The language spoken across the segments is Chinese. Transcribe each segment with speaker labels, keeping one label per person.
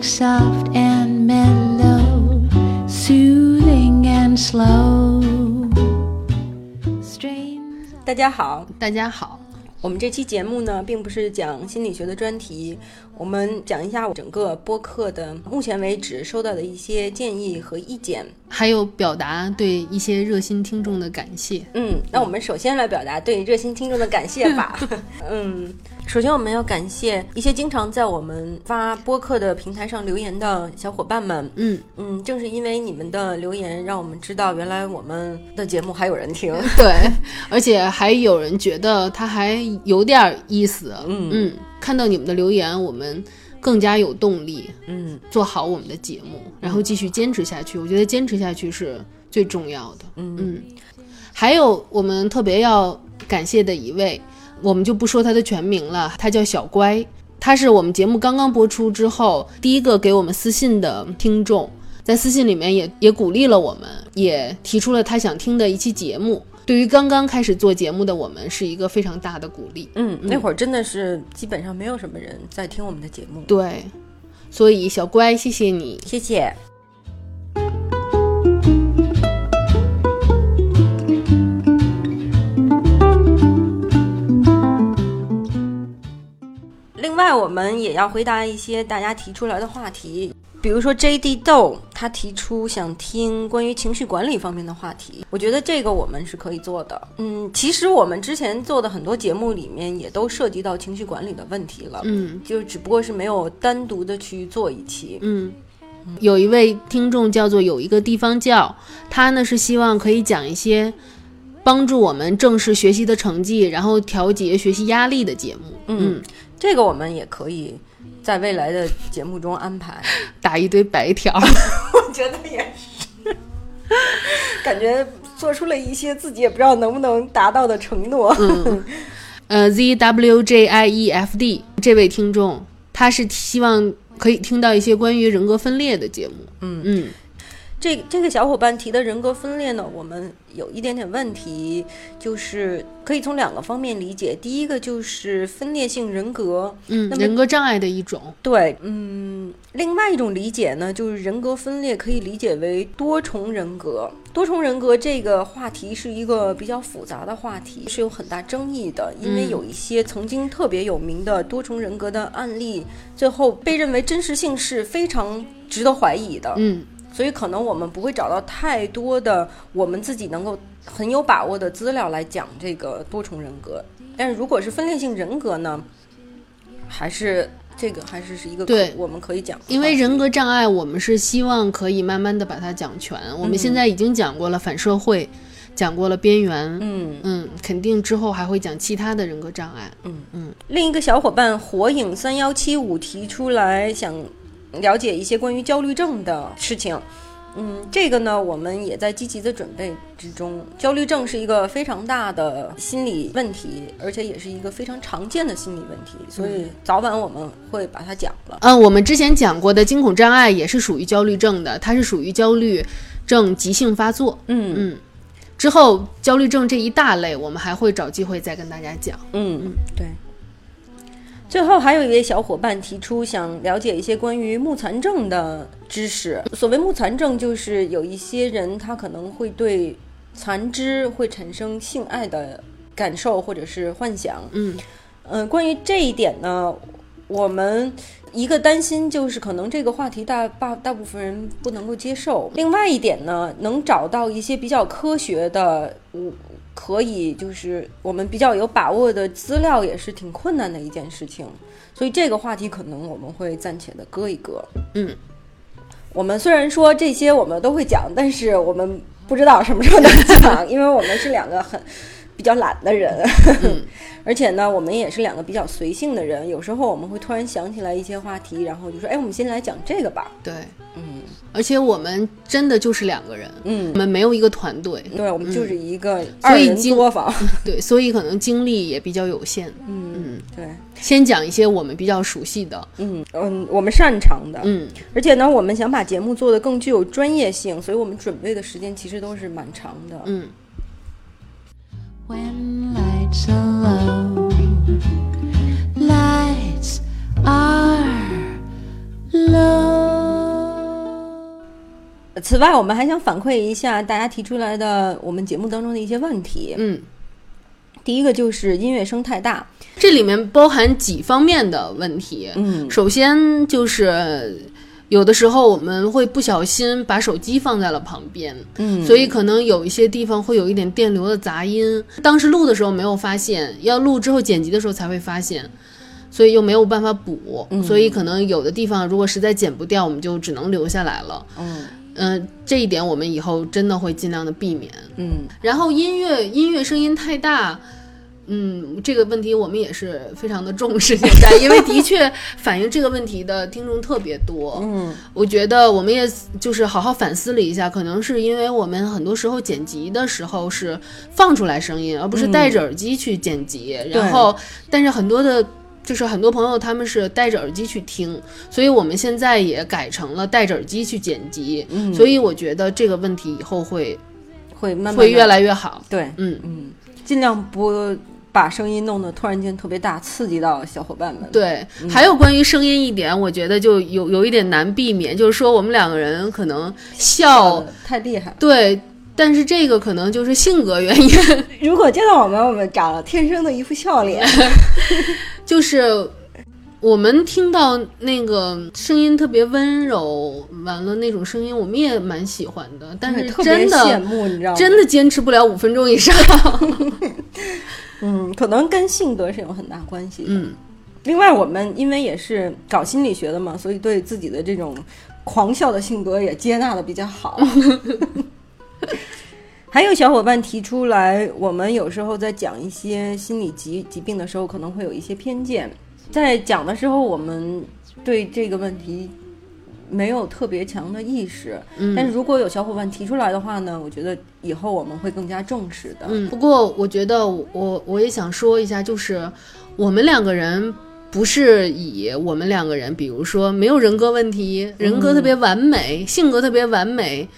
Speaker 1: soft and mellow, soothing and slow. Strains
Speaker 2: 大家好，
Speaker 3: 大家好，
Speaker 2: 我们这期节目呢，并不是讲心理学的专题，我们讲一下我整个播客的目前为止收到的一些建议和意见。
Speaker 3: 还有表达对一些热心听众的感谢。
Speaker 2: 嗯，那我们首先来表达对热心听众的感谢吧。嗯，首先我们要感谢一些经常在我们发播客的平台上留言的小伙伴们。
Speaker 3: 嗯，
Speaker 2: 嗯，正是因为你们的留言，让我们知道原来我们的节目还有人听。
Speaker 3: 对，而且还有人觉得他还有点儿意思。
Speaker 2: 嗯
Speaker 3: 嗯，看到你们的留言，我们更加有动力
Speaker 2: 嗯
Speaker 3: 做好我们的节目，然后继续坚持下去。我觉得坚持下去是最重要的。
Speaker 2: 嗯
Speaker 3: 嗯，还有我们特别要感谢的一位，我们就不说他的全名了，他叫小乖，他是我们节目刚刚播出之后第一个给我们私信的听众，在私信里面也也鼓励了我们，也提出了他想听的一期节目。对于刚刚开始做节目的我们，是一个非常大的鼓励。
Speaker 2: 嗯，那会儿真的是基本上没有什么人在听我们的节目。
Speaker 3: 对，所以小乖，谢谢你。
Speaker 2: 谢谢。另外，我们也要回答一些大家提出来的话题，比如说 J.D. 豆他提出想听关于情绪管理方面的话题，我觉得这个我们是可以做的。嗯，其实我们之前做的很多节目里面也都涉及到情绪管理的问题了，
Speaker 3: 嗯
Speaker 2: 就只不过是没有单独的去做一期。
Speaker 3: 嗯。有一位听众叫做有一个地方叫，他呢是希望可以讲一些帮助我们正视学习的成绩，然后调节学习压力的节目。
Speaker 2: 嗯，这个我们也可以在未来的节目中安排。
Speaker 3: 嗯，打一堆白条。
Speaker 2: 我觉得也是，感觉做出了一些自己也不知道能不能达到的承诺。
Speaker 3: 嗯， 呃，Z W J I E F D 这位听众，他是希望可以听到一些关于人格分裂的节目。
Speaker 2: 嗯
Speaker 3: 嗯，
Speaker 2: 这这个小伙伴提的人格分裂呢，我们有一点点问题，就是可以从两个方面理解。第一个就是分裂性人格，
Speaker 3: 嗯
Speaker 2: 那么
Speaker 3: 人格障碍的一种。
Speaker 2: 对，嗯，另外一种理解呢，就是人格分裂可以理解为多重人格。多重人格这个话题是一个比较复杂的话题，是有很大争议的，因为
Speaker 3: 嗯
Speaker 2: 有一些曾经特别有名的多重人格的案例，最后被认为真实性是非常值得怀疑的。
Speaker 3: 嗯
Speaker 2: 所以可能我们不会找到太多的我们自己能够很有把握的资料来讲这个多重人格。但是如果是分裂性人格呢，还是这个还是是一个可
Speaker 3: 对
Speaker 2: 我们可以讲的话题，
Speaker 3: 因为人格障碍，我们是希望可以慢慢的把它讲全。我
Speaker 2: 嗯
Speaker 3: 们现在已经讲过了反社会，讲过了边缘，
Speaker 2: 嗯
Speaker 3: 嗯，肯定之后还会讲其他的人格障碍。
Speaker 2: 另一个小伙伴火影三幺七五提出来想了解一些关于焦虑症的事情。嗯，这个呢，我们也在积极的准备之中。焦虑症是一个非常大的心理问题，而且也是一个非常常见的心理问题，所以早晚我们会把它讲了。
Speaker 3: 嗯，我们之前讲过的惊恐障碍也是属于焦虑症的，它是属于焦虑症急性发作。
Speaker 2: 嗯
Speaker 3: 嗯，之后焦虑症这一大类，我们还会找机会再跟大家讲。
Speaker 2: 嗯，对。最后还有一位小伙伴提出想了解一些关于木残症的知识。所谓木残症，就是有一些人他可能会对残肢会产生性爱的感受或者是幻想。
Speaker 3: 嗯
Speaker 2: 嗯，关于这一点呢，我们一个担心就是可能这个话题大大大部分人不能够接受。另外一点呢，能找到一些比较科学的，嗯，可以就是我们比较有把握的资料，也是挺困难的一件事情。所以这个话题可能我们会暂且的搁一搁。
Speaker 3: 嗯，
Speaker 2: 我们虽然说这些我们都会讲，但是我们不知道什么时候能讲，因为我们是两个很比较懒的人。
Speaker 3: 嗯，
Speaker 2: 而且呢，我们也是两个比较随性的人，有时候我们会突然想起来一些话题，然后就说：“哎，我们先来讲这个吧。
Speaker 3: 对，”
Speaker 2: 嗯
Speaker 3: 而且我们真的就是两个人，
Speaker 2: 嗯
Speaker 3: 我，们没有一个团队，
Speaker 2: 对，我们就是一个二
Speaker 3: 嗯所以
Speaker 2: 人
Speaker 3: 经
Speaker 2: 作 坊。
Speaker 3: 对，所以可能精力也比较有限。
Speaker 2: 嗯，
Speaker 3: 嗯，
Speaker 2: 对，
Speaker 3: 先讲一些我们比较熟悉的。
Speaker 2: 嗯嗯，我们擅长的，
Speaker 3: 嗯，
Speaker 2: 而且呢，我们想把节目做得更具有专业性，所以我们准备的时间其实都是蛮长的。
Speaker 3: 嗯
Speaker 1: when lights are low, lights are low.
Speaker 2: 此外，我们还想反馈一下大家提出来的我们节目当中的一些问题。
Speaker 3: 嗯，
Speaker 2: 第一个就是音乐声太大，
Speaker 3: 这里面包含几方面的问题。
Speaker 2: 嗯，
Speaker 3: 首先就是有的时候我们会不小心把手机放在了旁边，
Speaker 2: 嗯
Speaker 3: 所以可能有一些地方会有一点电流的杂音。当时录的时候没有发现，要录之后剪辑的时候才会发现。所以又没有办法补，所以可能有的地方如果实在剪不掉，我们就只能留下来了。
Speaker 2: 嗯
Speaker 3: 嗯、这一点我们以后真的会尽量的避免。
Speaker 2: 嗯
Speaker 3: 然后音乐音乐声音太大，嗯，这个问题我们也是非常的重视现 在，因为的确反映这个问题的听众特别多。
Speaker 2: 嗯
Speaker 3: 我觉得我们也就是好好反思了一下，可能是因为我们很多时候剪辑的时候是放出来声音，而不是戴
Speaker 2: 嗯
Speaker 3: 着耳机去剪辑。然后，但是很多的。就是很多朋友他们是戴着耳机去听，所以我们现在也改成了戴着耳机去剪辑，
Speaker 2: 嗯，
Speaker 3: 所以我觉得这个问题以后会
Speaker 2: 会慢慢地
Speaker 3: 会越来越好。
Speaker 2: 对，
Speaker 3: 嗯，
Speaker 2: 嗯，尽量不把声音弄得突然间特别大，刺激到小伙伴们。
Speaker 3: 对，
Speaker 2: 嗯
Speaker 3: 还有关于声音一点，我觉得就有有一点难避免，就是说我们两个人可能笑，
Speaker 2: 呃，太厉害了！
Speaker 3: 对，但是这个可能就是性格原因，
Speaker 2: 如果见到我们，我们长了天生的一副笑脸。
Speaker 3: 就是我们听到那个声音特别温柔，完了那种声音我们也蛮喜欢的， 但
Speaker 2: 对
Speaker 3: 是
Speaker 2: 特别
Speaker 3: 真
Speaker 2: 羡
Speaker 3: 的
Speaker 2: 慕，你知道吗？
Speaker 3: 真的坚持不了五分钟以上。
Speaker 2: 嗯，可能跟性格是有很大关系的。
Speaker 3: 嗯，
Speaker 2: 另外，我们因为也是搞心理学的嘛，所以对自己的这种狂笑的性格也接纳的比较好。 还有小伙伴提出来，我们有时候在讲一些心理疾疾病的时候，可能会有一些偏见。在讲的时候，我们对这个问题没有特别强的意识。
Speaker 3: 嗯
Speaker 2: 但是如果有小伙伴提出来的话呢，我觉得以后我们会更加重视的。
Speaker 3: 嗯，不过我觉得我我也想说一下，就是我们两个人不是以我们两个人，比如说没有人格问题，人格特别完美，性格特别完美。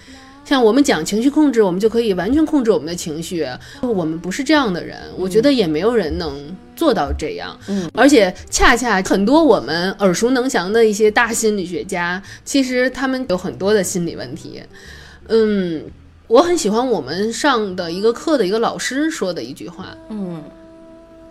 Speaker 3: 像我们讲情绪控制，我们就可以完全控制我们的情绪。我们不是这样的人，我觉得也没有人能做到这样。
Speaker 2: 嗯，
Speaker 3: 而且恰恰很多我们耳熟能详的一些大心理学家，其实他们有很多的心理问题。嗯，我很喜欢我们上的一个课的一个老师说的一句话，
Speaker 2: 嗯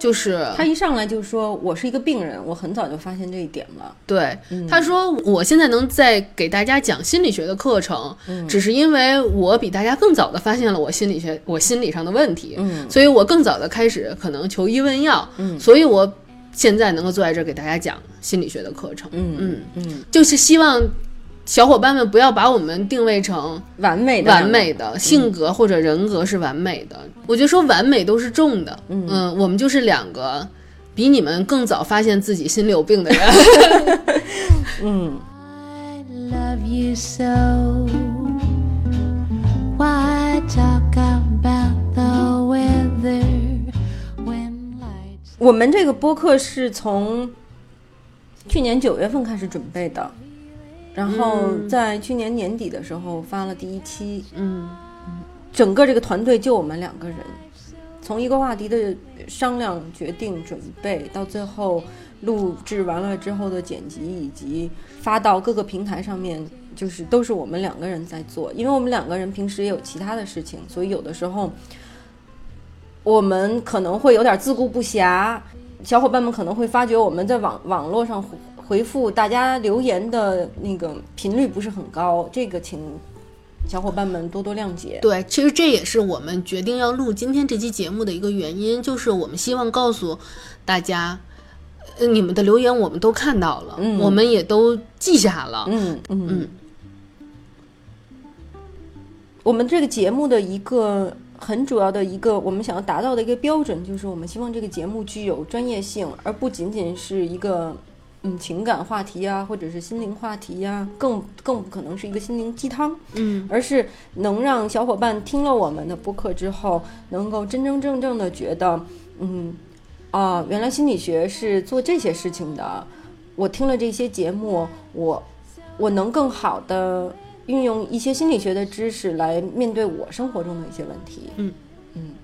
Speaker 3: 就是
Speaker 2: 他一上来就说我是一个病人，我很早就发现这一点了。
Speaker 3: 对、
Speaker 2: 嗯
Speaker 3: 他说，我现在能在给大家讲心理学的课程，
Speaker 2: 嗯
Speaker 3: 只是因为我比大家更早的发现了我心理学我心理上的问题，
Speaker 2: 嗯
Speaker 3: 所以我更早的开始可能求医问药，
Speaker 2: 嗯
Speaker 3: 所以我现在能够坐在这儿给大家讲心理学的课程，
Speaker 2: 嗯
Speaker 3: 嗯，
Speaker 2: 嗯，
Speaker 3: 就是希望小伙伴们不要把我们定位成
Speaker 2: 完美的
Speaker 3: 完美的性格或者人格是完美的。我觉得说完美都是重的，嗯我们就是两个比你们更早发现自己心里有病的人。
Speaker 2: 嗯
Speaker 1: I love you so. Why talk about the weather when lights
Speaker 2: 我们这个播客是从去年九月份开始准备的，然后在去年年底的时候发了第一期，
Speaker 3: 嗯
Speaker 2: 整个这个团队就我们两个人，从一个话题的商量、决定、准备，到最后录制完了之后的剪辑，以及发到各个平台上面，就是都是我们两个人在做。因为我们两个人平时也有其他的事情，所以有的时候我们可能会有点自顾不暇。小伙伴们可能会发觉我们在网网络上回回复大家留言的那个频率不是很高，这个请小伙伴们多多谅解。
Speaker 3: 对，其实这也是我们决定要录今天这期节目的一个原因，就是我们希望告诉大家，呃你们的留言我们都看到了，
Speaker 2: 嗯
Speaker 3: 我们也都记下了。
Speaker 2: 嗯嗯
Speaker 3: 嗯，
Speaker 2: 我们这个节目的一个很主要的一个我们想要达到的一个标准，就是我们希望这个节目具有专业性，而不仅仅是一个嗯情感话题呀、或者是心灵话题呀、更更不可能是一个心灵鸡汤，
Speaker 3: 嗯，
Speaker 2: 而是能让小伙伴听了我们的播客之后，能够真真正正的觉得，嗯，啊，原来心理学是做这些事情的。我听了这些节目，我我能更好的运用一些心理学的知识来面对我生活中的一些问题。
Speaker 3: 嗯
Speaker 2: 嗯，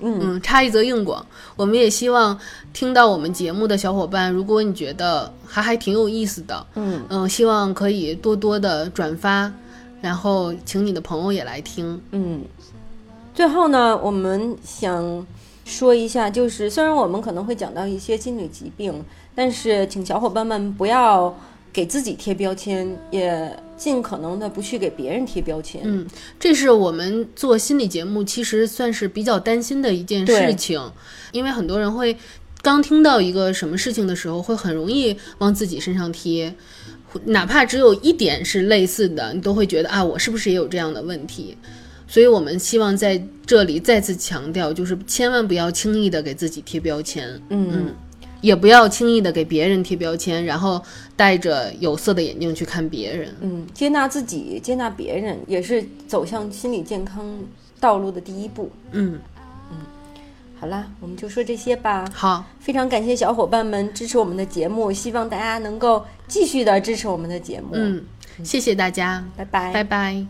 Speaker 3: 嗯，插一则硬广，我们也希望听到我们节目的小伙伴，如果你觉得还还挺有意思的，
Speaker 2: 嗯
Speaker 3: 希望可以多多的转发，然后请你的朋友也来听。
Speaker 2: 嗯，最后呢，我们想说一下，就是虽然我们可能会讲到一些心理疾病，但是请小伙伴们不要给自己贴标签，也尽可能的不去给别人贴标签。嗯
Speaker 3: 这是我们做心理节目其实算是比较担心的一件事
Speaker 2: 对
Speaker 3: 情，因为很多人会刚听到一个什么事情的时候，会很容易往自己身上贴，哪怕只有一点是类似的，你都会觉得啊，我是不是也有这样的问题？所以我们希望在这里再次强调，就是千万不要轻易的给自己贴标签，
Speaker 2: 嗯
Speaker 3: 也不要轻易的给别人贴标签，然后戴着有色的眼镜去看别人。
Speaker 2: 嗯，接纳自己，接纳别人，也是走向心理健康道路的第一步。
Speaker 3: 嗯，
Speaker 2: 好啦，我们就说这些吧。
Speaker 3: 好，
Speaker 2: 非常感谢小伙伴们支持我们的节目，希望大家能够继续的支持我们的节目。，
Speaker 3: 嗯，谢谢大家，
Speaker 2: 拜拜，
Speaker 3: 拜拜。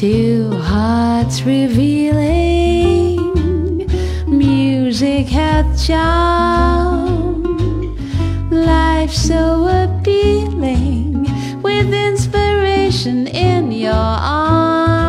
Speaker 1: Two hearts revealing music hath charm. Life so appealing with inspiration in your arms.